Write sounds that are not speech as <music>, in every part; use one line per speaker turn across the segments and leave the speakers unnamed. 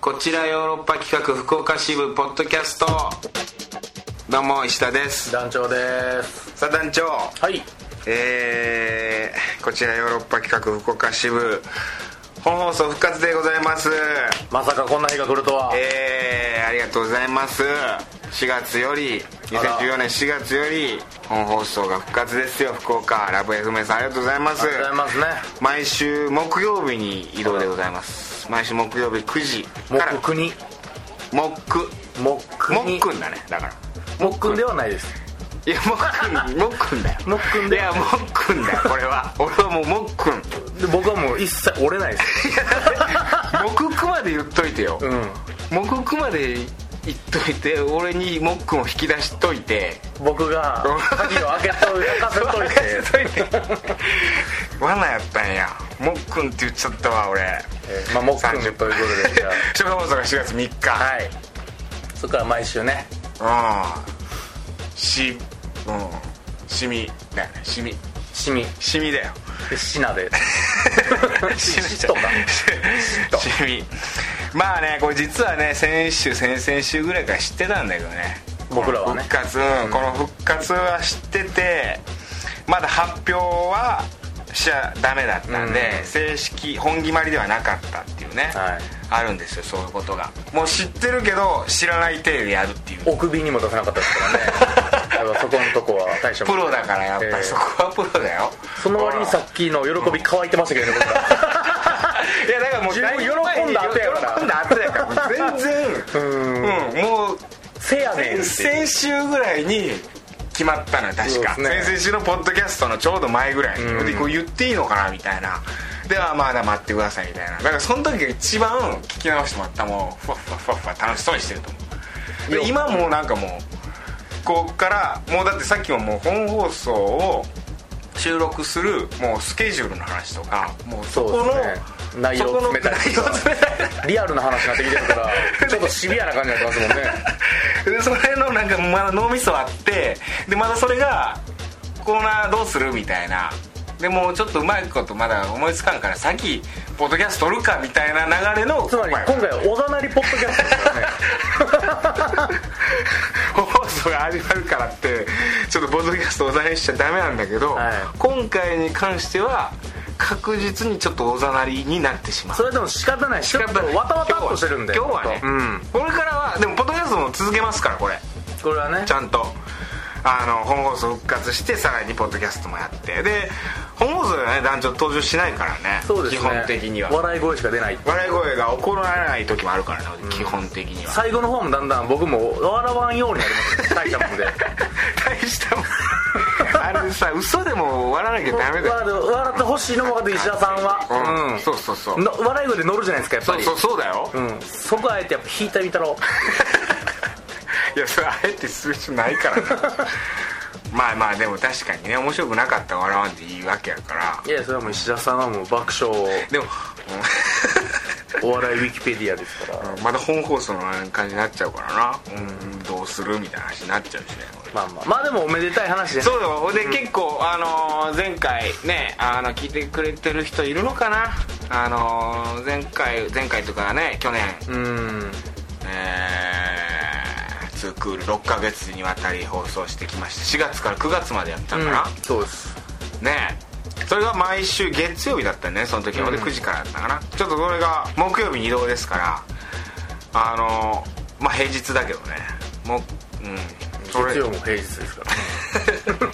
こちらヨーロッパ企画福岡支部ポッドキャストどうも石田です
団長です
さあ団長
はい
えー、こちらヨーロッパ企画福岡支部本放送復活でございます
まさかこんな日が来るとは
えー、ありがとうございます4月より2014年4月より本放送が復活ですよ福岡ラブ FM さんありがとうございます
ありがとうございますね
毎週木曜日に移動でございます毎週木曜日9時から
木国
木
木
もっ
国
くんだねだから
木君ではないです
いやもっくんもっくんだよ
もっくん
い
で
やもっくんだよこれは俺はもうもっくん
で僕はもう一切折れないです
木くまで言っといてよ、
うん
木くまで言っといて俺にもっくんを引き出しといて
僕が鍵を開けと
<laughs>
開かせといて
引き出しといて罠やったんやもっくんって言っちゃったわ俺
えーまあ木君ということでじゃ
初回放送が4月3日
あはいそこから毎週ね
うんしうんしみだよねしみ
シミ
しみだよ
でシナ
<laughs>
で
しみ
シとか
しみまあねこれ実はね先週先々週ぐらいから知ってたんだけどね
僕らはね
復活、うんこの復活は知っててまだ発表はしちゃダメだったんで、
うん
正式本決まりではなかったっていうね、
はい
あるんですよそういうことがもう知ってるけど知らない体でやるっていう
お首にも出せなかったで
<laughs>
すからねやっぱそこのとこは大将
プロだからやっぱりそこはプロだよ、
その割にさ
うん
っきの喜び乾いてましたけどね僕
<laughs>
ら
いやだからもう
自分喜んだ後やから
喜んだ後やから <laughs> もう全然うんもう
せやねんって
先週ぐらいに決まったのよ確か、
そうですね
先々週のポッドキャストのちょうど前ぐらいに、
うん
でこう言っていいのかなみたいなではまだ待ってくださいみたいなだからその時が一番聞き直してもらったもうふわふわふわふわ楽しそうにしてると思う
い
で
や
今もうなんかもうこっからもうだってさっきももう本放送を収録するもうスケジュールの話とかもうそこの
そうですね内容を詰めたり
そこの内容を詰めたり
リアルな話になってきてる <laughs> からちょっとシビアな感じになってますもんね
でそれのなんかまだ脳みそあってでまだそれがコーナーどうするみたいなでもうちょっとうまいことまだ思いつかんから先ポッドキャスト撮るかみたいな流れの
つまり
お
今
前
回はおざなりポッドキャストですからね
本放送が始まるからってちょっとポッドキャストおざなりしちゃダメなんだけど、
はい
今回に関しては確実にちょっとおざなりになってしまう
それでも仕方ないちょっとわたわたっとしてるんで
今日はね、
うん
これからはでもポッドキャストも続けますからこれ
これはね
ちゃんとあの本放送復活してさらにポッドキャストもやってで本放送ではね男女登場しないからね
そうですね
基本的には
笑い声しか出ない
笑い声が起こらない時もあるからね、基本的には
最後の方もだんだん僕も笑わんようになります大したもん <laughs> で
大したもんあれさ嘘でも笑わなきゃダメだよ、
笑笑ってほしいのも分かって石田さんは
うんそうそうそう
の笑い声で乗るじゃないですかやっぱ
そう
り
そうそうだよ、
うんそこはあえてやっぱ引いてみたろ
いやそれあえてする必要ないからなまあまあでも確かにね面白くなかったら笑わんでいいわけやから
ういやそれはもう石田さんはもう爆笑
でも、
お笑いウィキペディアですから
うんまだ本放送の感じになっちゃうからな、うん、どうするみたいな話になっちゃうしね俺
まあまあまあでもおめでたい話です
そうだよで、結構、あのー前回ねあの聞いてくれてる人いるのかなあのー前回前回とかね去年
うん
えーツークール6ヶ月にわたり放送してきました4月から9月までやったのかな、
うんそうです
ねそれが毎週月曜日だったねその時は、
うん
で9時からだったかなちょっとそれが木曜日に移動ですからあのまあ平日だけどねもううんそれ
月曜
聞
も平日ですから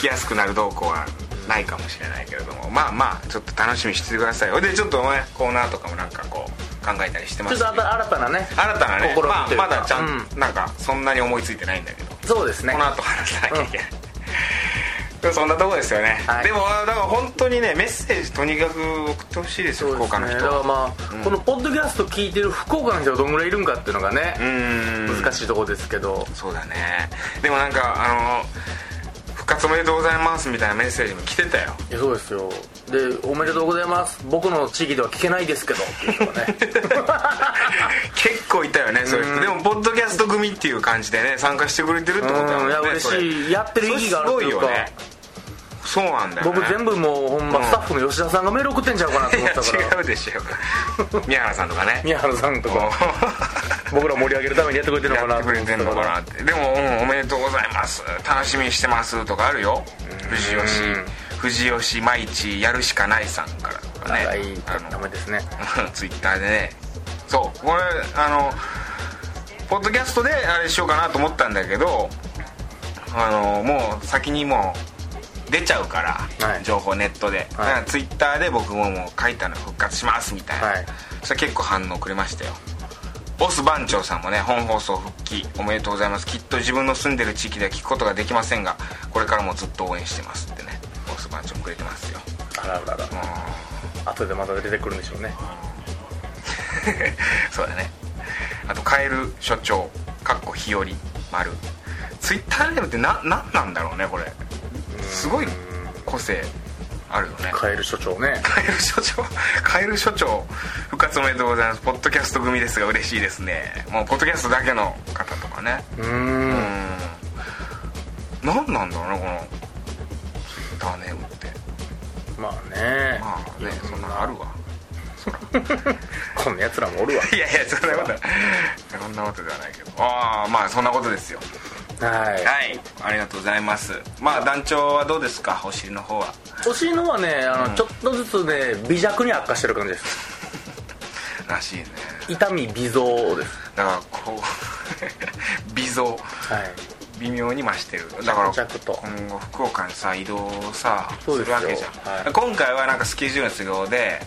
きやすくなる動向はないかもしれないけれどもまあまあちょっと楽しみにしててくださいほいでちょっとねコーナーとかもなんかこう考えたりしてま
ちょ
す
っ
け
と
ど
あた新たなね
新たなね
試みという
まあ
か
まだちゃん、なんかそんなに思いついてないんだけど
そうですね
この後話さなきゃいけない、でもそんなとこですよね、
はい
でもだから本当にねメッセージとにかく送ってほしいですよ
そう
福岡
です
の
ねだ
人
か
は
らまあ、このポッドキャスト聞いてる福岡の人がどんぐらいいるんかっていうのがね
う、ーん
難しいとこですけど
そうだねでもなんかあの復活おめでとうございますみたいなメッセージも来て
<laughs>
たよ
いやそうですよでおめでとうございます僕の地域では聞けないですけどっていうのがね <laughs>
結構いたよねそういう人でもポッドキャスト組っていう感じでね参加してくれてるってことだも
うんんい
ね
や嬉
それ
しいやってる意義があるっていうか
それすごいよねそうなんだよ、ね、
僕全部もうほんまスタッフの吉田さんがメール送ってんちゃうかなと
い
思
や
ったか
<laughs>
ら
違うでしょ宮原さんとかね
宮原さんとか
こ
僕ら盛り上げるためにやってくれて
う
るのかな
やってくれてんのかなってでも、うんおめでとうございます楽しみにしてます」とかあるよ藤
うん
吉藤吉毎日やるしかないさんからとかね
長い
あ
ダ
の <laughs>
メですね
ツイッターでねそうこれあのポッドキャストであれしようかなと思ったんだけどあのもう先にもう出ちゃうから、
はい
情報ネットで、だからツイッターで僕ももう書いたの復活しますみたいな、
はい
そしたら結構反応くれましたよボス番長さんもね本放送復帰おめでとうございますきっと自分の住んでる地域では聞くことができませんがこれからもずっと応援してますってねボス番長もくれてますよ
あらあらあら後でまた出てくるんでしょうね
<laughs> そうだねあとカエル所長かっこ日和丸ツイッターネームってな何なんだろうねこれすごい個性あるよね
カエル所長ね
カエル所長 <laughs> カエル所長復活おめでとうございますポッドキャスト組ですが嬉しいですねもうポッドキャストだけの方とかね
うーん
うん何なんだろうねこのツイッターネームって
まあね
まあねそんなのあるわ
こんなやつらもおるわ
いやいやそんなことはそんなことではないけどああまあそんなことですよ
はい
はい、ありがとうございます。まあ団長はどうですか、お尻の方は。
お尻のはねあの、ちょっとずつね微弱に悪化してる感じです
らしいね。
痛み微増です
だからこう <laughs> 微増
はい
微妙に増してる。だから
着々と
今後福岡にさ移動をさす
そうです
る
よ
わけじゃん。
はい
今回はなんかスケジュールの都合で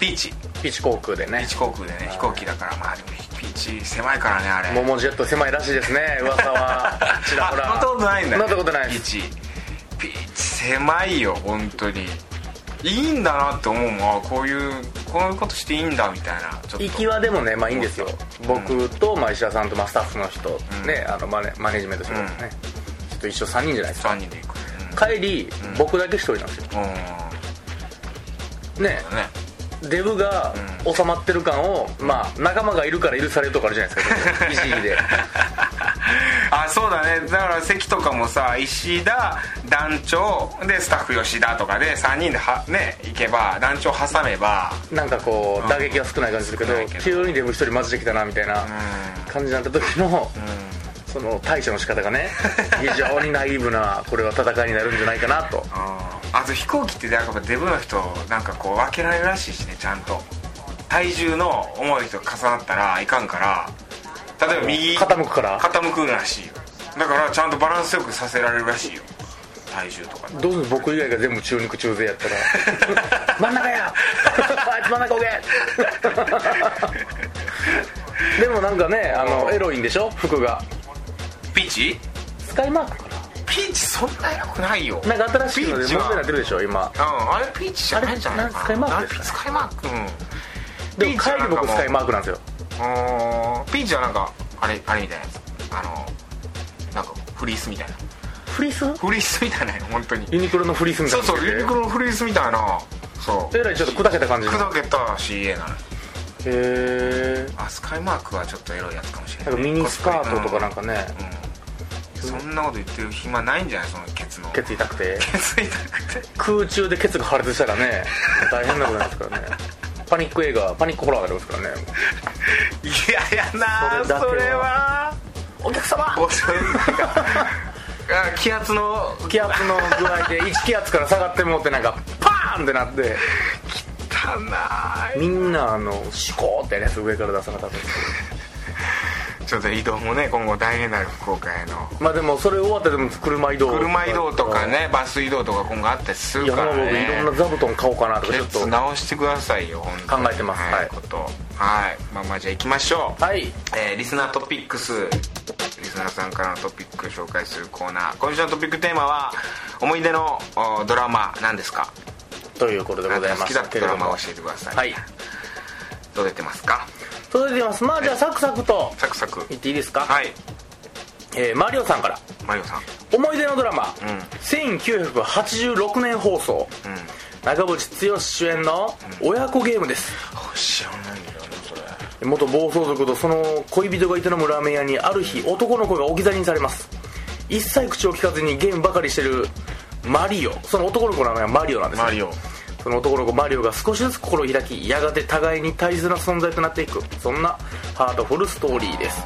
ピーチピ
ピーチ航空でね
ーチ航空でね飛行機だからまあでもピーチ狭いからねあれ。
モモジェット狭いらしいですね噂は
<laughs>
ちらほら
あ乗ったことないんだ
乗ったことない
ピ
で
ー
す
チピーチ狭いよ本当にいいんだなって思うもんあこういうこういうことしていいんだみたいなちょっと
行きはでもねまあいいんですよ僕と、まあ、石田さんと、まあ、スタッフの人、
ん
ねあのマネマネジメントしてるんですね、ちょっと一緒3人じゃないですか
3人で行く
帰り、僕だけ一人なんですよ
うん、うん
ね
ね
デブが収まってる感を、まあ仲間がいるから許されるとかあるじゃないです
<laughs>
か一時で
あそうだねだから席とかもさ石田団長でスタッフ吉田とかで3人ではね行けば団長挟めば
なんかこう打撃が少ない感じするけど
少ないけど
急にデブ一人混ぜてきたなみたいな感じになった時の、その対処の仕方がね非常にナイーブなこれは戦いになるんじゃないかなと
ああと飛行機ってやっぱデブの人なんかこう分けられるらしいしねちゃんと体重の重い人が重なったらいかんから例えば右
傾くから
傾くらしいよだからちゃんとバランスよくさせられるらしいよ体重とか
どうする僕以外が全部中肉中背やったら <laughs> 真ん中やあいつ真ん中おけ <laughs> でもなんかねあのエロいんでしょ服が
ピーチ
スカイマークか
ピーチそんな良くないよ
ななんか新しいので問
ピーチは
題になってるでしょ今
うんあれピーチじゃないんじゃないかな
あれなんか
ス
ス
カイマークうん
でも帰り僕スカイマークなんですよ
ークピーチはなんかあれあれみたいなやつあのなんかフリースみたいな
フリース
フリースみたいなよ本当に
ユニクロのフリースみたい
そう
な
そうユニクロのフリースみたいなそう
えらいちょっと砕けた感じのへ
砕けた CA なの
え
あスカイマークはちょっとエロいやつかもしれ
な
なんい
かミニスカートとかなんかね
うんそんなこと言ってる暇ないんじゃないそのケツの
ケツ痛くて
ケツ痛くて
空中でケツが破裂したらね大変なことになりますからね <laughs> パニック映画パニックホラーになりますからね
いややなそれ
それだけ
は
お客様
おそれなんか <laughs> あ気圧の
気圧の具合で1気圧から下がってもうてなんかパーンってなって
汚い
みんなあのシコーってやつ上から出さなかったんですけ
ちょっと移動もね今後大変なる福岡への
どまあでもそれ終わってでも車移動
車移動とかねバス移動とか今後あったりす
い
る
や
か
も
ら
う僕いろん
ね
な座布団買おうかなとか
ケ
ちょっと
ツ直してくださいよ本当に
考えてます
は
はいい
ことはいまあまあじゃあ行きましょう
はい
えーリスナートピックスリスナーさんからのトピックを紹介するコーナー今週のトピックテーマは思い出のおドラマ何ですか
ということでご
何で
ざい
すか好
ま
き
し
だ
た
った
け
ド
れ
ラ
ど
マを
も
教えてください、
はい
どう出てますか
届いてますまあじゃあサクサクと
サクサク
言っていいですか
はい
えーマリオさんから
マリオさん
思い出のドラマ
ん
1986年放送
うん
中渕剛主演の親子ゲームです
知らないんだよなそれ
元暴走族とその恋人が営むラーメン屋にある日男の子が置き去りにされます一切口を聞かずにゲームばかりしてるマリオその男の子の名前はマリオなんですね
マリオ
その男の子マリオが少しずつ心を開きやがて互いに大切な存在となっていくそんなハートフルストーリーです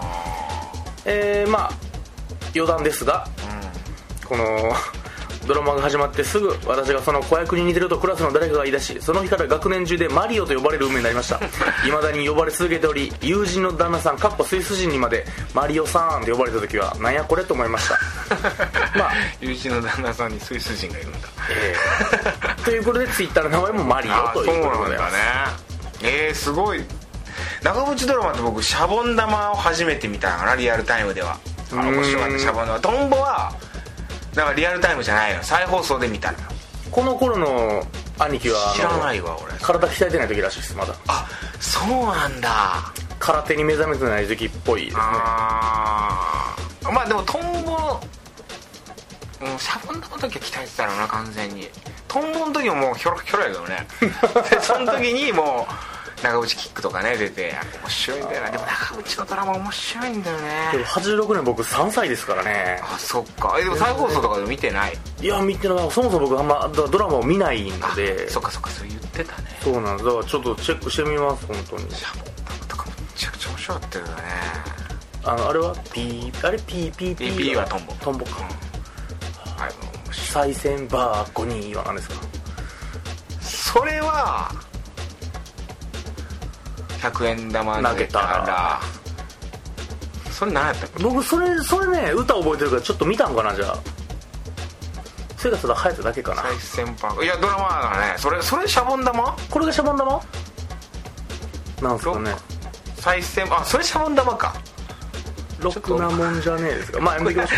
えー、まあ余談ですがこのドラマが始まってすぐ私がその子役に似てるとクラスの誰かが言い出しその日から学年中でマリオと呼ばれる運命になりました
<laughs>
未だに呼ばれ続けており友人の旦那さんかっこスイス人にまでマリオさんって呼ばれた時はなんやこれと思い
<laughs>
ましたまあ
友人の旦那さんにスイス人がいるんだ
えーということでツイッターの名前もマリ
あ
オ
そ
と
う
いうこ
な
と
ん
で
だねえー、すごい長渕ドラマって僕シャボン玉を初めて見たのかなリアルタイムではあの面白かっ
う
た
ーん
シャボン玉トンボはだからリアルタイムじゃないの再放送で見たの
この頃の兄貴はあの
知らないわ俺
体鍛えてない時らしいですまだ
あそうなんだ
空手に目覚めてない時期っぽいですね
あーまあでもトンボうんシャボン玉の時は鍛えてたろうな完全にトンボの時ももうひょろひょろやけどねでその時にもう長渕キックとかね出て面白いんだよなでも長渕のドラマ面白いんだよ
でも
ね
86年僕3歳ですからね
あそっかえでも再放送とかでも見てない
いや見てないそもそも僕あんまドドラマを見ないん
あ
で
そっかそっかそれ言ってたね
そうなんですだからちょっとチェックしてみます本当に
シャボン玉とかめちゃくちゃ面白かったよね
あのあれはピーあれピーピーピー
PP はトンボ
トンボか
あれも面白い
再選バーコニーは何ですか
それは100円玉投げた
投げた
らそれ何やったっけ
僕それそれね歌覚えてるからちょっと見たんかなじゃあそれがただ生えただけかな
再生パークいやドラマだねそれそれシャボン玉
これがシャボン玉なんすかね
再生あそれシャボン玉か
ろ
っと
くなもんじゃねえですかまあやめてきましょ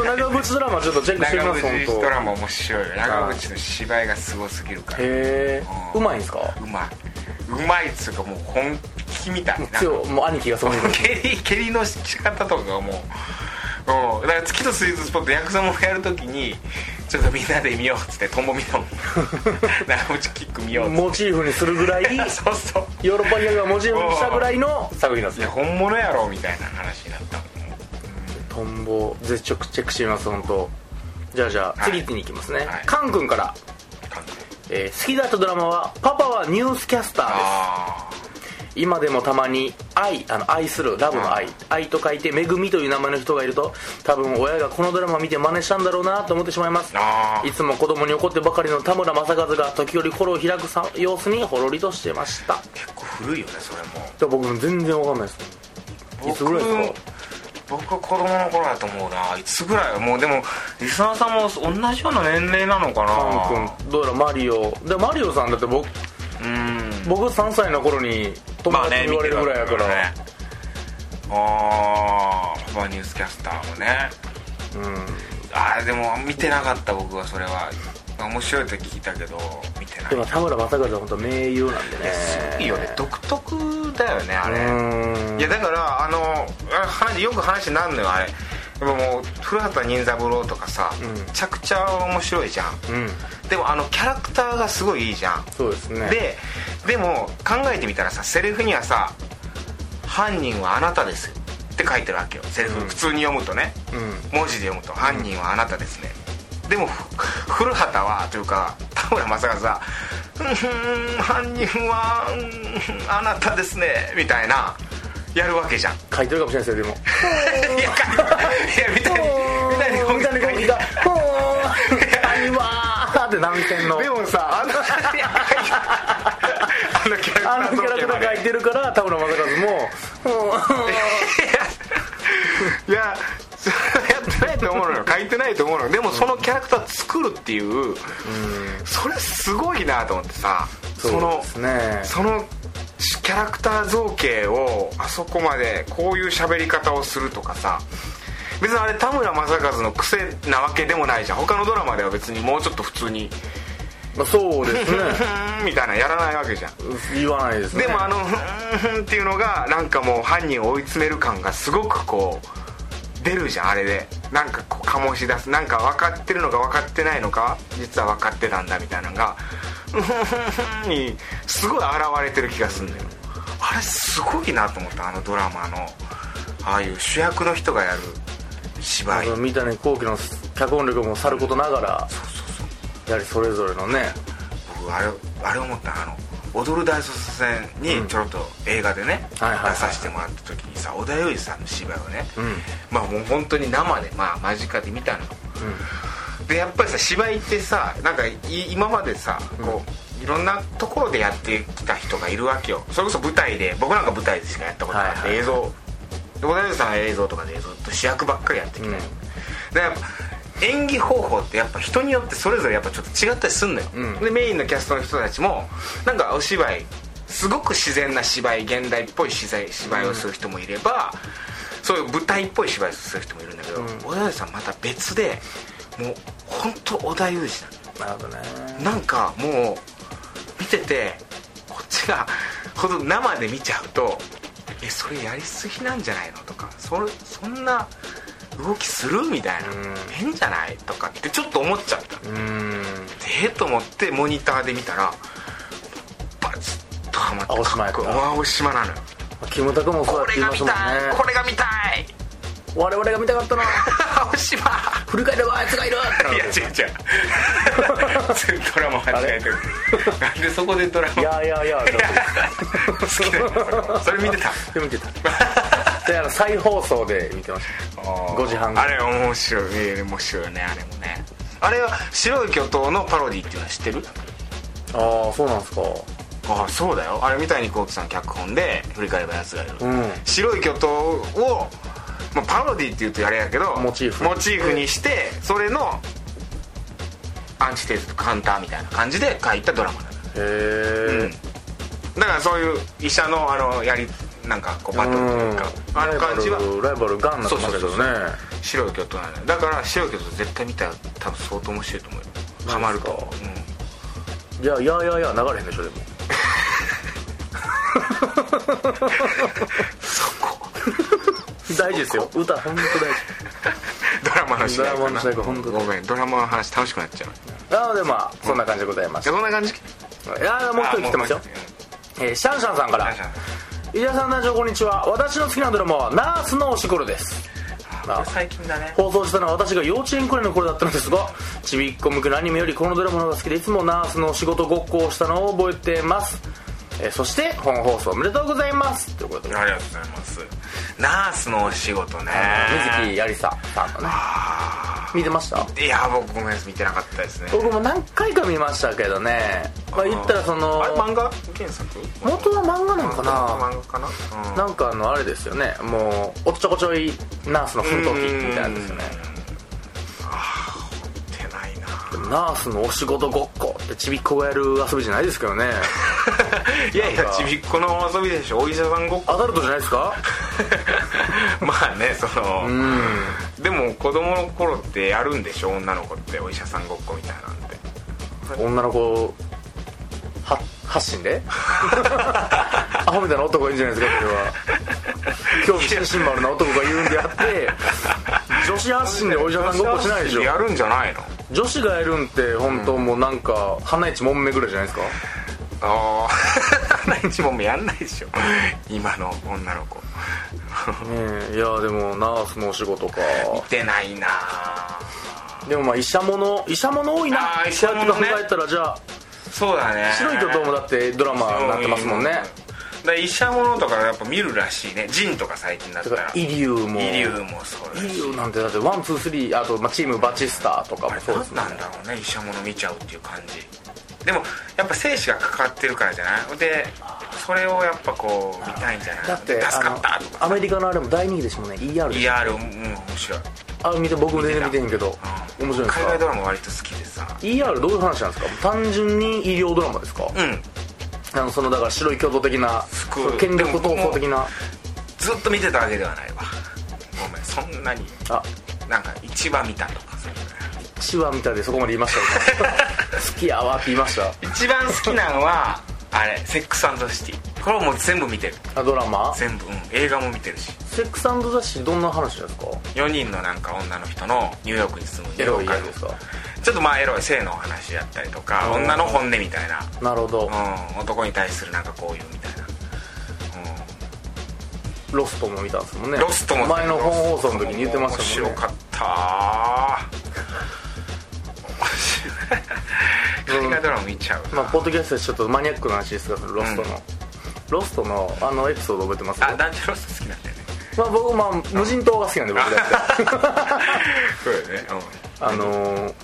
<laughs> うでも長渕ドラマちょっとチェックしてみ
長
ます本
渕
当
ド
へ
ラマ面白いよ長渕の芝居がすごすぎるから
えうまいんすか
うまいうまいっつうかもう本気みたいなんか
今日もう兄貴がそこ <laughs> にいる
蹴り蹴りの仕方とかがもううんだから月とスイーツスポットヤクザもやるときにちょっとみんなで見ようっつってトンボ見よう長渕キック見ようっつっ
モチーフにするぐらい
てそうそう
ヨーロッパ企画がモチーフにしたぐらいの作品なんです
いや
ね
本物やろみたいな話になったもん
トンボ絶食チェックしてみます本当じゃあじゃあ
はい
次に行きますね
はい
カン君から
感じ
えー好きだったドラマは「パパはニュースキャスター」で
あ
す今でもたまに「愛」あの愛するラブの愛
うん
愛と書いて「めぐみ」という名前の人がいると多分親がこのドラマを見て真似したんだろうなと思ってしまいます
あー
いつも子供に怒ってばかりの田村正和が時折心を開くさ様子にほろりとしてました
結構古いよねそれも
でも僕も全然わかんないですいつぐらいですか
僕僕子供の頃だと思うないつぐらいもうでもリスナーさんも同じような年齢なのか
カ
な
ン君どうやらマリオでマリオさんだって僕
うん
僕3歳の頃に友達に言われるぐらいやから、
ねああパパニュースキャスターもねああでも見てなかった僕はそれは面白いと聞いたけど見てな
う
い
んでも田村正和は本当名優なんでね
すごいよね独特だよねあれ、
うん
いやだからあのあ話よく話になるのよあれでももう古畑任三郎とかさ、
うん
めちゃくちゃ面白いじゃん
うん
でもあのキャラクターがすごいいいじゃん
そうですね
ででも考えてみたらさセリフにはさ「犯人はあなたです」って書いてるわけよセリフ、
うん
普通に読むとね
うん
文字で読むと「犯人はあなたですね」でもふ古畑はというか田村正和は「うーん犯人はうーんあなたですね」みたいなやるわけじゃんい
書いてるかもしれないですよでも
<laughs> やかいやみたいにみたいに
みたいな感じが「ほーあいわ」って波線の
でもさあのあのキャ
あ
ラ
の
クター造形ま
キャラクタ
で
ー書いてるから田村正和も「ほー
いやそれやってないと思うのよ書いてないと思うのよでもそのキャラクター作るっていう、それすごいなと思ってさそ
そう
の
ですね
そのキャラクター造形をあそこまでこういう喋り方をするとかさ別にあれ田村正和の癖なわけでもないじゃん他のドラマでは別にもうちょっと普通に
まあそうです
「
ね
ふーん」みたいなのやらないわけじゃん
言わないですね
でもあの「ふーんふーん」っていうのがなんかもう犯人を追い詰める感がすごくこう出るじゃんあれでなんかこう醸し出すなんか分かってるのか分かってないのか実は分かってたんだみたいなのが「ふんふんふん」にすごい現れてる気がするんだよあれすごいなと思ったあのドラマのああいう主役の人がやる芝居
あの三谷幸喜のス脚本力もさることながらやはりそれぞれのね
僕あれあれ思ったあの踊る大卒戦にちょろっと映画でね、
はいはいはい
出させてもらった時にさ織田裕二さんの芝居をね、
うん
まあもう本当に生で、まあ、間近で見たの、でやっぱりさ芝居ってさなんかい今までさこう、いろんなところでやってきた人がいるわけよそれこそ舞台で僕なんか舞台でしかやったことなくて、
はいはい
映像で小田裕二さんは映像とかでずっと主役ばっかりやってきたよ、
うん
でやっぱ演技方法ってやっぱ人によってそれぞれやっぱちょっと違ったりすんのよ、
うん
でメインのキャストの人たちもなんかお芝居すごく自然な芝居現代っぽい芝居芝居をする人もいれば、そういう舞台っぽい芝居をする人もいるんだけど、小田裕二さんまた別でもう本当小田裕二なの
なるほどね
なんかもう見ててこっちがほど生で見ちゃうとえそれやりすぎなんじゃないのとかそれそんな動きするみたいな、
うん
変じゃないとかってちょっと思っちゃった
うーん
えっと思ってモニターで見たらバツッとはまって
青島やった
かっこいい青島なのよ
キムタクもそうやっ
こ
て
れ
言い
が
ま
見
したたもん
い、
ね
これが見たい
我々が見たかったな
<laughs> 青島
振り返ればあいつがいる
いや違う違う <laughs> ドラマ間違えてるなんでそこでドラマ
いやいやいや <laughs>
好きだよそれ見てた
で見てた
<laughs>
であの再放送で見てました5時半ぐら
あ
い
れ面白い面白いよねあれもねあれは白い巨頭のパロディっていうのは知ってる
ああそうなんですか
ああそうだよあれ三谷幸喜さん脚本で振り返ればやつがいる、
うん
白い巨頭を、まあ、パロディっていうとあれやけど
モチーフ
モチーフにしてそれのアンチテーゼとカウンターみたいな感じで書いたドラマなの
へえ、
だからそういう医者のあのやりなんかこうバトルというか、あの感じは
ライバルライバルガンになってましたけどね
そうそう白い巨頭なんだよだから白い巨頭絶対見たら多分相当面白いと思うよハマると思う、
いやいやいやいや流れへんでしょでもそ <laughs> こ大事ですよ歌本当大
ドラマの主題
ドラマ
歌
の
な
主題歌本当だ
ごめんドラマの話楽しくなっちゃう
事なのでまあそんな感じでございま
じゃあ
す
こんな感じ
いやーもう一人来てます
あ
よ
もう一人
えーシャンシャンさんから
シャンシャン
「飯田さん団長こんにちは私の好きなドラマはナースのおしころです」
これ最近だね
放送したのは私が幼稚園くらいの頃だったのですがちびっこ向けのアニメよりこのドラマの方が好きでいつもナースの仕事ごっこをしたのを覚えてます、えーそして本放送おめでとうございますということで
ありがとうございますナースのお仕事ね
水木やりささんのね見てました
いや僕ごめんなさい見てなかったですね
僕も何回か見ましたけどねまあ言ったらその
あれ漫画原作
元は漫画なのかな
漫画かなうん
なんかあのあれですよねもうおっちょこちょいナースの奮闘記みたいなんですよね
見てない
<laughs>
な
でもナースのお仕事ごっこってちびっこがやる遊びじゃないですけどね
<laughs> いやいやちびっこの遊びでしょお医者さんごっこ
アダルトじゃないですか
<laughs> まあねその、でも子供の頃ってやるんでしょ女の子ってお医者さんごっこみたいなんて
女の子は発信で <laughs> アホみたいな男がいいんじゃないですかそれは興味津々丸な男が言うんであって女子発信でお医者さんごっこしないでしょ
やるんじゃないの
女子がやるんって本当もうなんか花一もんめぐらいじゃないですか
ああ <laughs> 花一もやんないでしょ今の女の子
ねえいやでもナースのお仕事か
出ないな
でもまあ医者もの医者もの多いな
あー医
そ
者
う
も
やっ
の
て考
ね
えたらじゃあ
そうだね
白いとどうもだってドラマになってますもんね
だから医者ものとかやっぱ見るらしいねジンとか最近だった
だかららイリュウも
イリュウもそうだ
イ
し
リュウなんてだってワンツースリーあとまあチームバチスタとかもそうです
何
ね
なんだろうね医者もの見ちゃうっていう感じでもやっぱ生死が関わってるからじゃないでそれをやっぱこう見たいんじゃない
だって
助かった
あ
とか
のアメリカのあれも大人気ですもんね ER で
ER うん面白い、
あ見て僕も全然見てへんけど
うん
面白いんです
海外
か
ドラマ割と好きでさ
ER どういう話なんですか単純に医療ドラマですか
うん
あのそのだから白い共同的な
ごい
その権力闘争的な
ずっと見てたわけではないわごめんそんなに
あ
なんか一話見たとかそういうの
チワ見たでそこまで言いました
<laughs>
よ今好きやわって言いました
一番好きなのはあれセックスシティこれはもう全部見てる
あドラマ
全部、うん、映画も見てるし
セックスザシティどんな話なんですか
4人のなんか女の人のニューヨークに住む
エロい
妖
や
怪
ですか
ちょっとまあエロい性のお話だったりとか
うん
女の本音みたいな、
なるほど
うん、男に対するなんかこういうみたいな、
ロストも見たんですもん
う
ね
ん、ロストも
前の本放送の時に言ってまし
ロスト
たもんね
も面白かった大河ドラマ見ちゃう
まあ、ポッドキャストでちょっとマニアックな話ですがロストの、ロストのあのエピソード覚えてます
あ団長ロスト好きなん
<laughs>
だよね
まあ、僕、まあ、無人島が好きなんで僕 <laughs> だって
そうだよね
あのー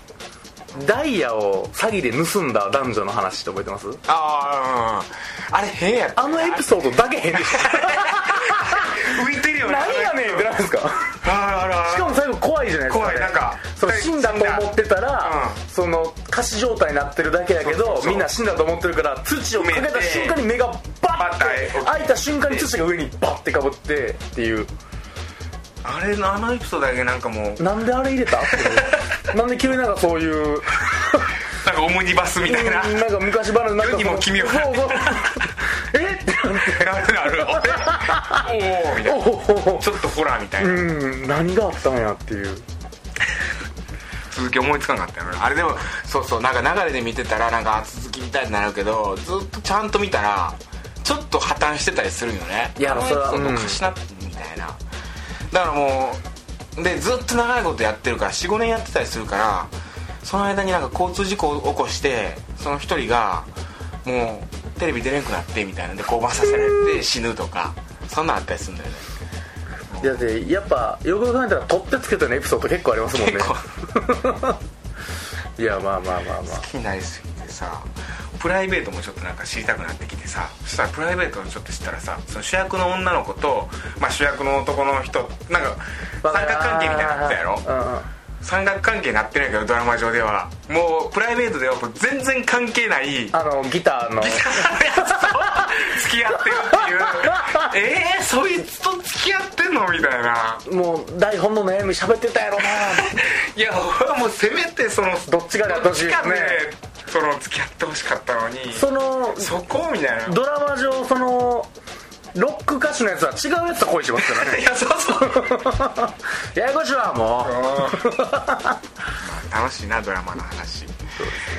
ダイヤを詐欺で盗んだ男女の話って覚えてます
あああれ変やった
あのエピソードだけ変でし
浮いてるよ
た
ね
<laughs> 何やねんってなんですか
あらあら
しかも最後怖いじゃないですか、
怖いなんか
その死んだと思ってたら、
う
その仮死状態になってるだけやけど
そうそうそう
みんな死んだと思ってるから土をかけた瞬間に目がバッ
目
て
で
開いた瞬間に土が上にバッてかぶってっていう
あれのあのエピソードだけなんかもう
なんであれ入れたってなんで急になんかそういう
なんかオムニバスみたいな <laughs>
うんなんか昔話なんか
世にも奇妙な
そうそうえってなって
なるなるおおみたいな
おお
ちょっとホラーみたいな
うん何があったんやっていう
続き思いつかなかったよなあれでもそうそうなんか流れで見てたらなんか続きみたいになるけどずっとちゃんと見たらちょっと破綻してたりするんよね
いや
あの
それは
エピソード
うん
おかしなみたいなだからもうでずっと長いことやってるから45年やってたりするからその間になんか交通事故を起こしてその一人がもうテレビ出れなくなってみたいなんで降板させられて死ぬとかそんなんあったりするんだよね
だってやっぱよく考えたら取ってつけたようなエピソード結構ありますもんね
結構
<laughs> いやまあまあまあまあ
気になりすぎてさプライベートもちょっとなんか知りたくなってきてさそしたらプライベートをちょっと知ったらさその主役の女の子と、まあ、主役の男の人なんか三角関係みたいになってたやろ
うんうん
三角関係になってないけどドラマ上ではもうプライベートではもう全然関係ない
あのギターの
付き合ってるって
<laughs>
いうえー、そいつと付き合ってんのみたいな
もう台本の悩み喋ってたやろない
や俺はもうせめてその
どっちかでやって
どっ
ほしい
ち
で
か
す
で、
ね
その付き合ってほしかったのに
その
そこみたいな
ドラマ上そのロック歌手のやつは違うやつと恋しますからね <laughs>
いやそうそう
ややこしいわもう
<laughs> 楽しいなドラマの話
い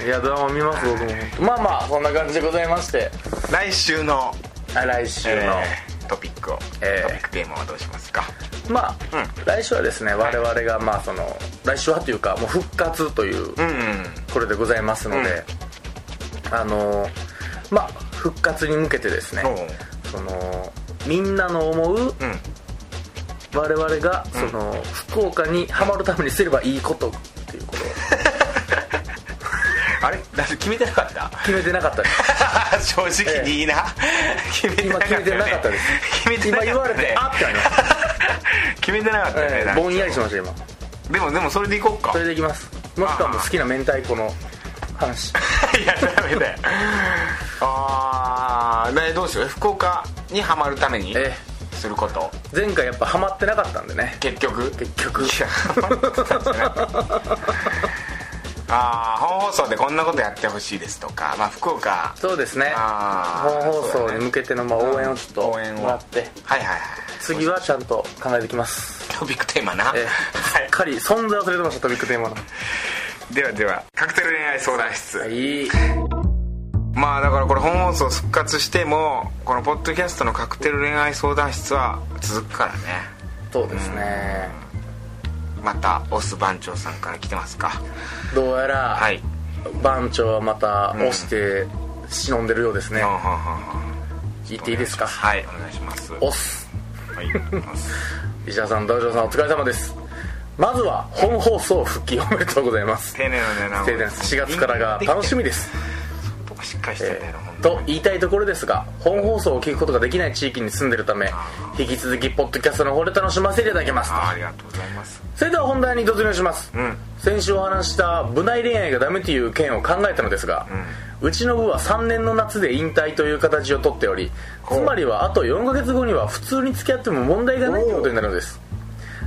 やドラマ見ます僕もまあまあそんな感じでございまして
来週の,、
あ来週の、
トピックを、
え
ト
ー
ピックテーマはどうしますか
まあ、
うん
来週はですね我々がまあその来週はというかもう復活という
うんうん
これでございますので、あのまあ復活に向けてですね
おう
そのみんなの思う
うん
我々がその、福岡にハマるためにすればいいことっていうことを
あれだって決めてなかった
決めてなかったです
<laughs> 正直にいいな、決
今決めてなかったです
決めてな
今
かったね
言われてあってな
<laughs>
りました、
決めてなかったよね、
え
な
え
んか
ぼんやりしました今
でもでもそれでいこうか
それでいきますもしくはもう好きな明太子の話
<laughs> いやダメだ
<laughs>
よああでどうしよう福岡にハマるために
え
すること
前回やっぱハマってなかったんでね
結局
結局
いや <laughs> 待ってたんじゃないあー本放送でこんなことやってほしいですとか、まあ、福岡
そうですね
あー
本放
そう
送
だね
に向けてのまあ応援をちょっとも
応援を
らって
はいはいはい
次はちゃんと考えてきます
トピックテーマな、
ええ
は
しっかり存在忘れてましたトピックテーマの
い、ではではカクテル恋愛相談室、
いい
まあだからこれ本放送復活してもこのポッドキャストのカクテル恋愛相談室は続くからね
そうですね
またオス番長さんから来てますか
どうやら、
はい
番長はまた押して忍んでるようですね、
うんうんうんうん
聞いていいですか
はいお願いしますは
押す
いオス
石田さん道場さんお疲れ様ですまずは本放送復帰おめでとうございます
丁寧なねな
停電4月からが楽しみです
僕しっかりしてんだよな、本当に
と言いたいところですが本放送を聞くことができない地域に住んでるため引き続きポッドキャストの方で楽しませていただけます
あーありがとうございます
それでは本題に突入します、
ん
先週お話しした部内恋愛がダメという件を考えたのですが、うちの部は3年の夏で引退という形をとっておりつまりはあと4ヶ月後には普通に付き合っても問題がないということになるのです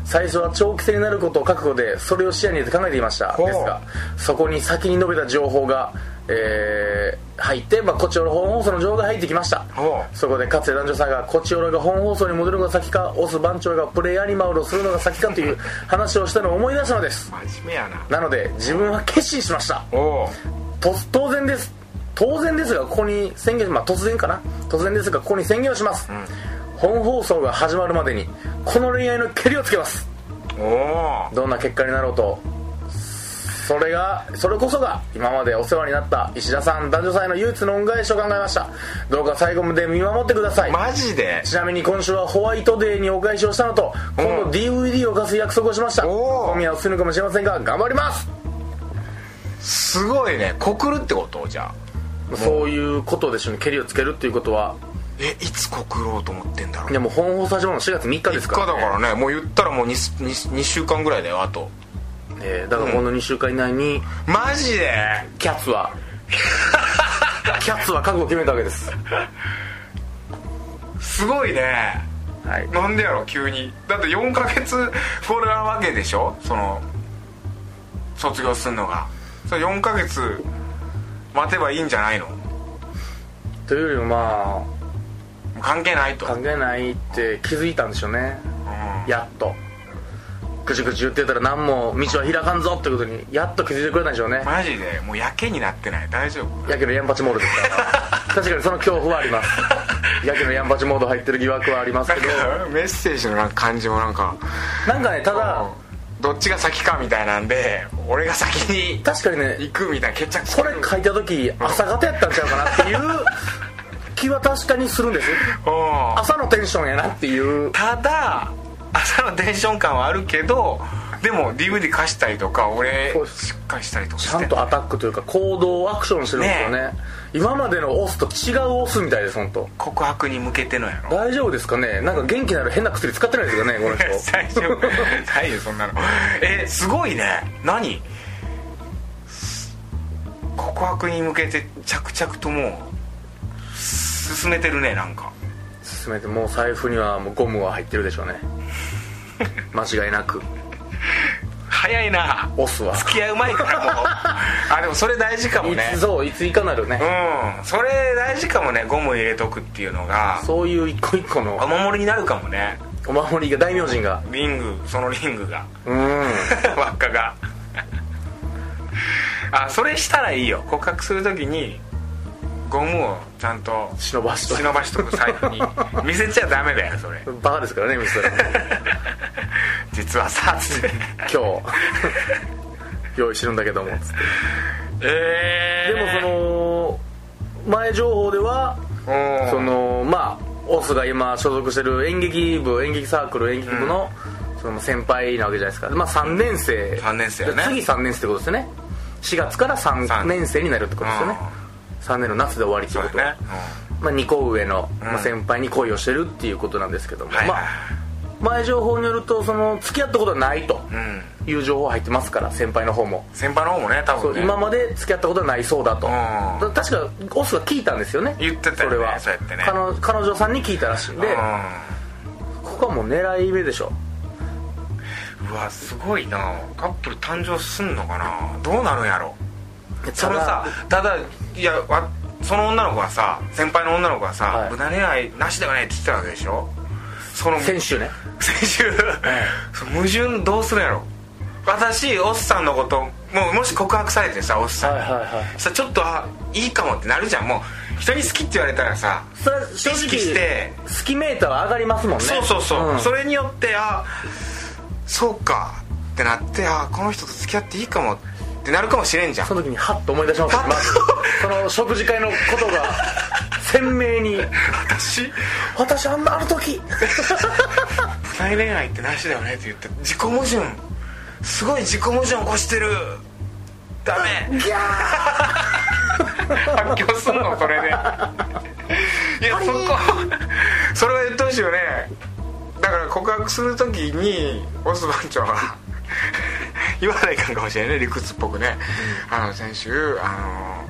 最初は長期戦になることを覚悟でそれを視野に入れて考えていました
ほう
ですがそこに先に述べた情報が、えー入って、まあ、こちらの本放送の情報が入ってきました
ほう
そこでかつて男女さんがこちおらが本放送に戻るのが先かオス番長がプレイアニマルをするのが先かという話をしたのを思い出したのです
真面目やな
なので自分は決心しました
おお
と当然です当然ですがここに宣言まあ突然かな突然ですがここに宣言をします、本放送が始まるまでにこの恋愛のけりをつけます
おお
どんな結果になろうとそれがそれこそが今までお世話になった石田さん男女祭の唯一の恩返しを考えましたどうか最後まで見守ってください
マジで
ちなみに今週はホワイトデーにお返しをしたのと今
う
度
ん
DVD を貸す約束をしました
おー
今夜は薄いのかもしれませんが頑張ります
すごいね告るってことじゃあ
そういうことでしょうねケリをつけるっていうことは
えいつ告ろうと思ってんだろう
でも本放送始まるの4月3日です
3日
から、
だ
ね、
からねもう言ったらもう 2, 2週間ぐらいだよあと
えーだからこの2週間以内に
マジで
キャッ
<laughs>
ツはキャッツは覚悟決めたわけです
すごいね
はい
なんでやろ急にだって4ヶ月これなわけでしょその卒業すんのがそれ4ヶ月待てばいいんじゃないの
というよりもま
関係ないと
あ関係ないって気づいたんでしょうねやっとぐちぐち言ってたら何も道は開かんぞってことにやっと気づいてくれたんでしょうね
マジでもうやけになってない大丈夫
やけどヤンパチモールですから
<laughs>
確かにその恐怖はありますやけどヤンパチモード入ってる疑惑はあります
なん <laughs>
けど
かメッセージのなんか感じもなんか
なんかねただ
うんどっちが先かみたいなんで俺が先に
確かにね
行くみたいな決着つけ
こ
る
れ書いた時朝方やったんちゃうかなっていう気は確かにするんです
うん
朝のテンションやなっていう
ただ朝のテンション感はあるけどでも DVD 貸したりとか俺
そうです
しっかりしたりとか
ち
して
ゃんとアタックというか行動アクションしてるんですよね今までのオスと違うオスみたいです本当。
告白に向けてのやろ
大丈夫ですかねなんか元気なる変な薬使ってないですかねこ
<laughs>
の人
大丈夫ないよそんなのえすごいね何告白に向けて着々ともう進めてるねなんか
進めてもう財布にはもうゴムは入ってるでしょうね間違いなく
早いな
オスは
付き合う前からもうあでもそれ大事かも
い
ね
つそういついかなるね
うんそれ大事かもねゴム入れとくっていうのが
そういう一個一個の
お守りになるかもね
お守りが大名人が
リングそのリングが
うん
<laughs> 輪っかがあそれしたらいいよ告白するときにゴムをちゃんと
忍ばしと
忍ばしとく財布に見せちゃダメだよそれ
バカですからねミスター
実はさつって
今日用意してるんだけどもつって
え
でもその前情報では
そのうん
そのまあオスが今所属してる演劇部演劇サークル演劇部の,、その先輩なわけじゃないですか、まあ、3年生
三年生やね
で次3年生ってことですよね4月から3
三
年生になるってことですよね3年の夏で終わりって
そ
いうう
だ
ことは
ね、
まあ、2個上の、ま
うん
あ、先輩に恋をしてるっていうことなんですけども、
うん、はい、
まあ、前情報によるとその付き合ったことはないと
うん
いう情報入ってますから先輩の方も
先輩の方もね多
そ
分
う
ね
今まで付き合ったことはないそうだと、
うん
だ確かオスが聞いたんですよね
言ってたよね
それは
そうやってね
彼女彼女さんに聞いたらしいんで、
う
ここはもう狙い目でしょ
んうわすごいなカップル誕生すんのかなどうなるんやろそ
た
の
だ
さただいやわその女の子はさ先輩の女の子はさ、
はい
無駄恋愛なしではないって言ってたわけでしょその
先週ね
先週その矛盾どうするんやろ私おっさんのこともうもし告白されてさおっさんに、
はいはいはい
さちょっとあいいかもってなるじゃんもう人に好きって言われたらさ
それは正
意識
直
して
好きメーターは上がりますもんね
そうそうそう、
ん
それによってあそうかってなってあこの人と付き合っていいかもってなるかもしれんじゃん
その時にハッと思い出しますよ
ハッ
まずその食事会のことが鮮明に
<laughs> 私
私あんなあの時
大恋愛ってなしだよねって言って自己矛盾すごい自己矛盾起こしてるダメ
ギャー
発狂すんのそれでいやそこそれは言ってほしいよねだから告白するときにオス番長は言わないかんかもしれないね理屈っぽくね、あの先週あの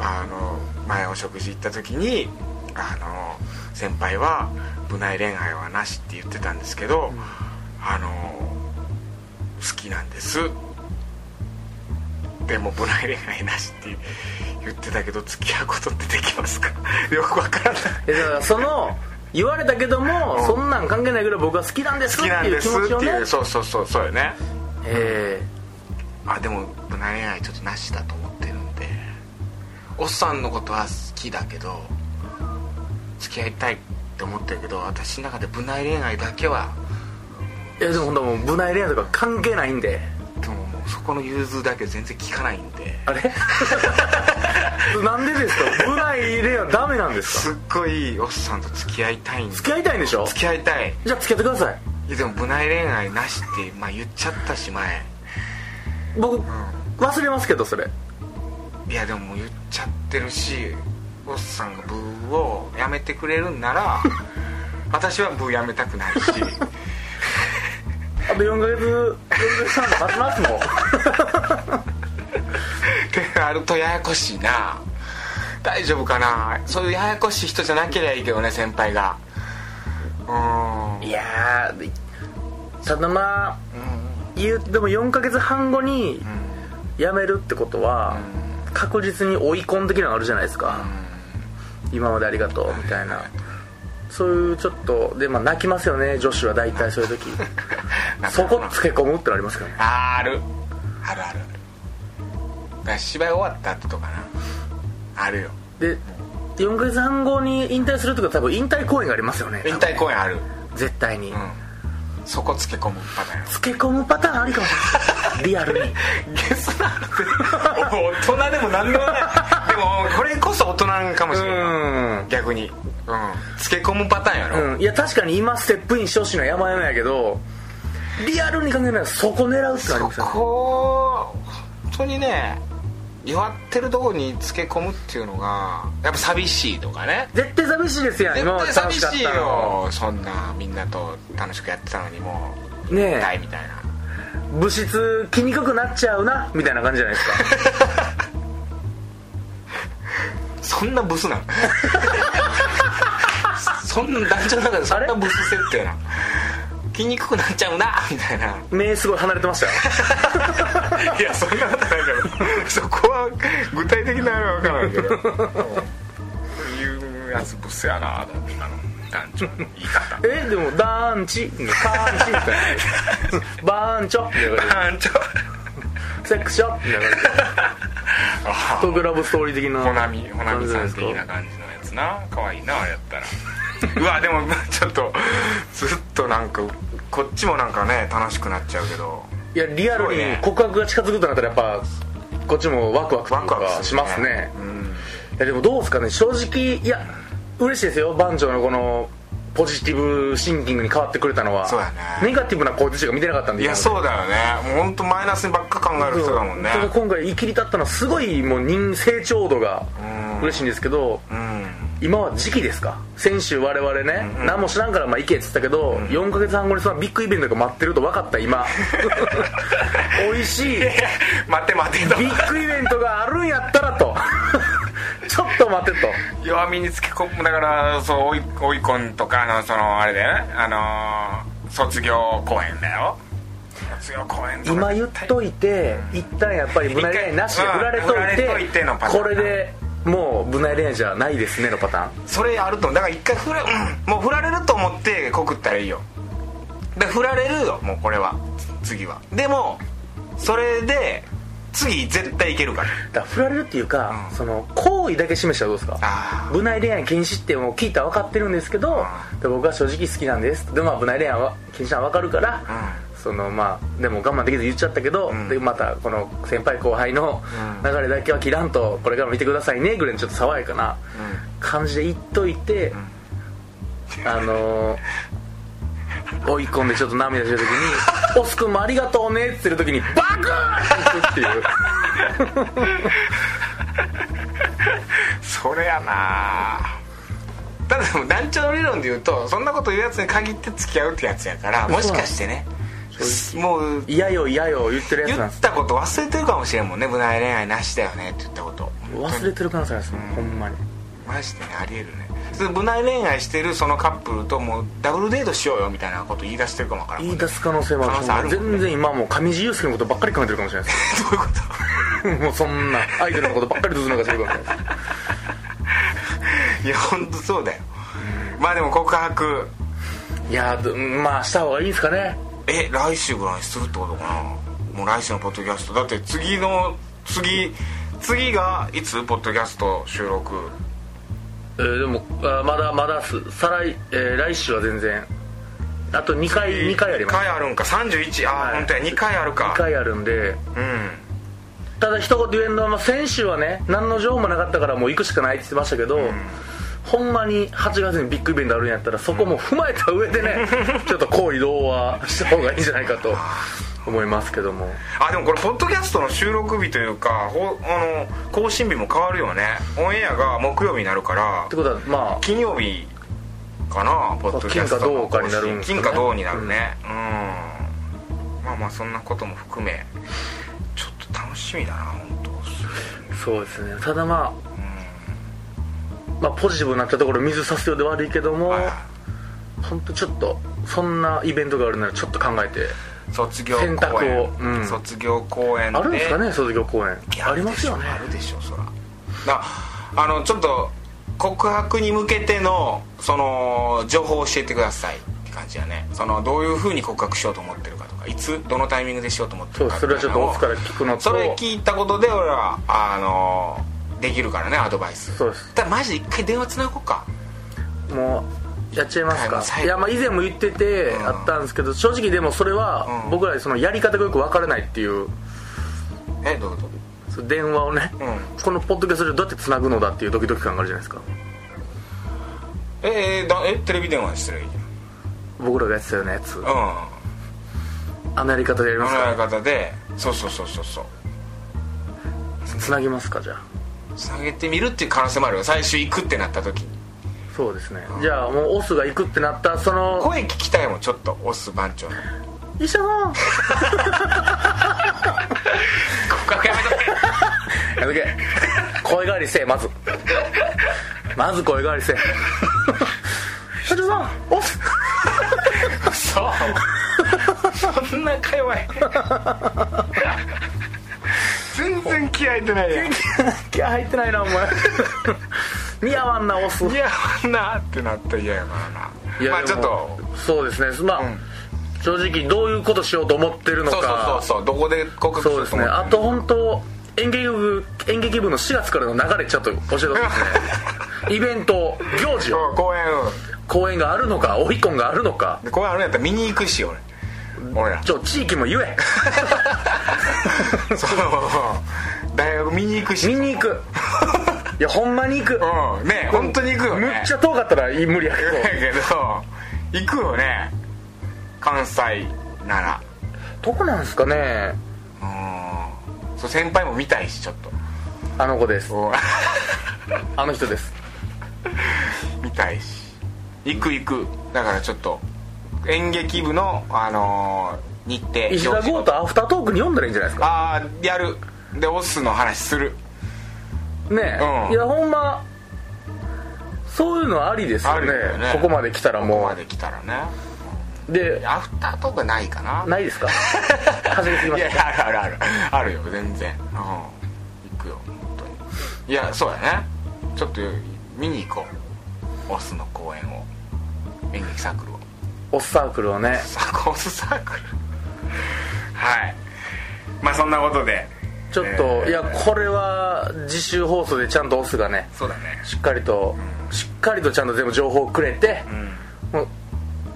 あの前お食事行った時にあの先輩は「部内恋愛はなし」って言ってたんですけど、あの好きなんですでも部内恋愛なしって言ってたけど付き合うことってできますか <laughs> よくわからない
えだからその言われたけども、
うん
そんなん関係ないぐらい僕は好きなんです
好
って
きなん
い
で
う
す
気
っ
持ちを
て
ね
いうそうそうそうそうよね
え
あでも部内恋愛ちょっとなしだと思ってるんでおっさんのことは好きだけど付き合いたいって思ってるけど私の中で部内恋愛だけは
ーいやでも本当もう部内恋愛とか関係ないんで
でももうそこの融通だけ全然聞かないんで
あれ <laughs> なんでですか部内ではダメなんですか
すっごいいいおっさんと付き合いたいんで
付き合いたいんでしょ
付き合いたい
じゃあ付き合ってください
いやでも部内恋愛なしって、まあ、言っちゃったし前
僕忘れますけどそれ
いやでももう言っちゃってるしおっさんがブーをやめてくれるんな
<laughs>
ら私はブーやめたくないし
あと4ヶ月4ヶ月半待ちますもん
ってなるとややこしいな大丈夫かなそういうややこしい人じゃなければいいけどね先輩がうーん
いやーただまあ言うでも4ヶ月半後に辞めるってことは確実に追い込ん的なのあるじゃないですか今までありがとうみたいなそういうちょっとでまあ泣きますよね女子は大体そういう時そこつけ込むってのありますからね
あーあるあるあるだから芝居終わった後とかなあるよ
で4ヶ月半後に引退するとか多分引退公演がありますよね
引退公演ある
絶対に、
うんそこつけ込むパターン
つけ込むパターンありかもし
<laughs>
れないリアルに
ゲスなのってもう大人でも何でもないでもこれこそ大人なんかもしれない逆にうんつけ込むパターンやろ、
うんいや確かに今ステップインしてほしいのは山々やけどリアルに考えないそこ狙うってなります
そ
よね
こ本当にね弱ってるとこにつけ込むっていうのがやっぱ寂しいとかね
絶対寂しいですやん
絶
今ま
対
で楽
寂
しかっ
しい
たの
よそんなみんなと楽しくやってたのにもう
ねえ
痛いみたいな
物質気にくくなっちゃうなみたいな感じじゃないですか
<laughs> そんなブ
<laughs>
スなのそんな男女の中でそんなブス設定な
<laughs>
の気にくくなっちゃうなみたいな
目すごい離れてましたよ
いやそんなことないからそこは具体的なあれは分からんけどいうやつブスやなあの団長の言い方
えでもダーンチカーンチみたいなバ
<laughs>
ーンチョみたいな感
団長
じセックショみたいな感じ
あ
トークラブストーリー的な
ほなみほなみさん的
感じじゃな
な
いですか
感じのやつな可愛いなあれやったらうわでもちょっとずっとなんかこっちもなんかね楽しくなっちゃうけど
いやリアルに告白が近づくとなったらやっぱこっちもワクワクとい
ワ
う
クワ
か
ク
しますね
うん
いやでもどうですかね正直いや嬉しいですよ番長のこのポジティブシンキングに変わってくれたのは
そうやね
ネガティブな行動しか見てなかったんで
いや
う
そうだよねもう本当マイナスばっか考える人だもんね
ただ今回言い切り立ったのはすごいもう人成長度が
うん
嬉しいんですけど
うん
今は時期ですか先週我々ね、何も知らんからまあ行けっつったけど、4ヶ月半後にそのビッグイベントが待ってると分かっ
<laughs>
た今美味しい
待って待ってと
ビッグイベントがあるんやったらと <laughs> ちょっと待てと
弱みにつけ込むだからそう追い追い込んとかあのそのあれだよねあのー卒業公演だよ卒業公演とか
今言っといて一旦やっぱり無内恋愛なしで
一回
振られと
うん振られと
い
い
て
てのパターン
これでもう無内恋愛じゃないですねのパターン
それあると思うだから一回振ら、うん、もう振られると思って告ったらいいよで振られるよもうこれはつ次はでもそれで次絶対いけるから
だから振られるっていうか
うん
その行為だけ示したらどうですか
あー
無内恋愛禁止ってもう聞いたら分かってるんですけど
うん
で僕は正直好きなんですでまあ無内恋愛は禁止は分かるから
う
そのまあでも我慢できず言っちゃったけど、
ん
でまたこの先輩後輩の
う
流れだけは切らんとこれから見てくださいねぐらいのちょっと爽やかな感じで言っといて、あのー追い込んでちょっと涙してる時
<laughs>
に「オス君もありがとうね」っつってる時にバクーンって行くっていう
それやなただでも団長の理論で言うとそんなこと言うやつに限って付き合うってやつやからもしかしてねもう <laughs>
「嫌よ嫌よ」言ってるやつ
言
なん
っ
です
たこと忘れてるかもしれんもんね無難恋愛なしだよねって言ったこと
忘れてる可能性ありますもんほんまに
マジでねありえるねそれ無難恋愛してるそのカップルともうダブルデートしようよみたいなこと言い出してるかもわからん
言
もん
い
ね
出す可能性も
可能性
あ
ある
るし
もんね
全然今もう上地雄介のことばっかり考えてるかもしれないです
<laughs> どういうこと
<laughs> もうそんなアイドルのことばっかりずっとなんかしてるかもしれないです
いや本当そうだよまあでも告白
いやーどまあした方がいいですかね
え来週ぐらいにするってことかなもう来週のポッドキャストだって次の次次がいつポッドキャスト収録
えーでもあーまだまだす再来、えー来週は全然あと2回2回ありま
2
す
回あるんか31ああ、
はい
本当や2回ある
2
か
回あるんで
うん
ただ一言言えるのは、まあ、先週はね何の情報もなかったからもう行くしかないって言ってましたけど、ほんまに8月にビッグイベントあるんやったらそこも踏まえた上で <laughs> ねちょっと行為同はした方がいいんじゃないかと思いますけども
あでもこれポッドキャストの収録日というかほあの更新日も変わるよねオンエアが木曜日になるから
ってことはま
金曜日かなポッドキャストの更
金か銅かになるん
新
ですね
金か銅になるねうん、まあまあそんなことも含めちょっと楽しみだな本当
あそうですねただまあ、まあ、ポジティブになったところ水さすようで悪いけども
はいはい
本当ちょっとそんなイベントがあるならちょっと考えて
卒業
選択
公演
をうん
卒業公演で
あるんですかね卒業公演
いや
ありますよね
あるでしょあるでしょそらだあのちょっと告白に向けてのその情報を教えてくださいって感じやねそのどういうふうに告白しようと思ってるかとかいつどのタイミングでしようと思って
そ
る
う
か
それはちょっとオフから
みたいな
聞くの
の
と
をそれ聞いたことで俺はあのできるからねアドバイス
そうです
だからマジ一回電話つなごうか
もうやっちゃいます
は
か
い最後
いやまあ以前も言ってて
うん
あったんですけど正直でもそれは
うん
僕らそのやり方がよく分からないっていう
えどういうこ
その電話をね
とうん
このポッドキャストでどうやってつなぐのだっていうドキドキ感があるじゃないですか
ええだえテレビ電話してるいいじ
僕らがやってたようなやつ
ゃんうん
あのやり方でやり
あ
ます
のや
か
り方でそうそうそうそうそう
つなぎますかじゃあ
つなげてみるっていう可能性もあるよ最終行くってなった時に
そうですねじゃあもうオスが行くってなったその
声聞きたいもんちょっとオス番長の
医者さん
告白やめと
やめとけ声変わりせえまずまず声変わりせえ社長さんオス
けそうそんな会話全然気合いてないやん
気合入ってないなお前似合わんなオス
いやあんなってなったら嫌やからない
や
まあちょっ
で
と
もそうですねまあ、
うん
正直どういうことしようと思ってるの
そうそうそう
か
そうどこで告白す
そう
る
で
と
す
思
ね
って
あと本当演劇部演劇部の4月からの流れちょっと教えてほしいです
<laughs>
ねイベント行事
そう公演
公演があるのかオリコンがあるのか
で公演あるんやったら見に行くし俺俺 <laughs> ら
ちょ地域も言え
そう大学見に行くし
見に行くいやほんまに行く
うんね本当に行くよね
むっちゃ遠かったら無理やけど
だけど行くよね関西なら <laughs>
どこなんですかね
うんそう先輩も見たいしちょっ
あの子です
と
あの人です
<laughs> 見たいし行く行くだからちょっと演劇部の、あのー日程
石田豪とアフタートークに読んだらいいんじゃないですか
ああやるでオスの話する
ねえ、
うん
いやほんまそういうのはありですよね
ありだよね
ここまで来たら
ここ
も
まで来たらね
うで
アフタートークないかな
な
<laughs>
いですか走りすぎま
い
し
や
た
あるあるあるあるよ全然うん行くよ本当にいやそうやねちょっと見に行こうオスの公演を演劇サーク <laughs> ルを
オスサークルをね
サークオスサークルはいまあそんなことで
ちょっと、
えー
いやこれは次週放送でちゃんとオスがね
そうだね
しっかりとしっかりとちゃんと全部情報をくれて、
うん
もう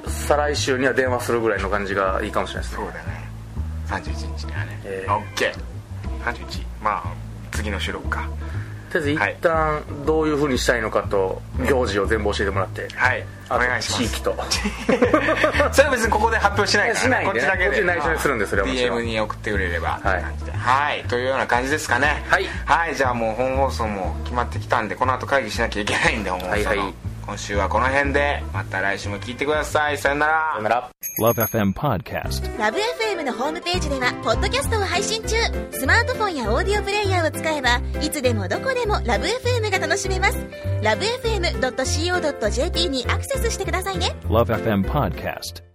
再来週には電話するぐらいの感じがいいかもしれないです
そうだね31日にはね
えー
オッケー31まあ次の収録か
とりあえず一旦どういうふうにしたいのかと行事を全部教えてもらって、
はいお
あと
願いします
地域と
<laughs>
<laughs>
それは別にここで発表しないから、
しないんでね
こっちだけ
こっ
で
ち内緒にするんでそれはもちろん
DM に送ってくれれば
はい
感じではいというような感じですかね
はい
じゃあもう本放送も決まってきたんでこの後会議しなきゃいけないんで本放送の、
はいはい
今週はこの辺でまた来週も聞いてくださいさよな
さ
ら
よなら
Love FM Podcast.
ラブ f m のホームページではポッドキャストを配信中スマートフォンやオーディオプレイヤーを使えばいつでもどこでもラブ f m が楽しめますラブ FM.co.jp にアクセスしてくださいね
Love FM Podcast.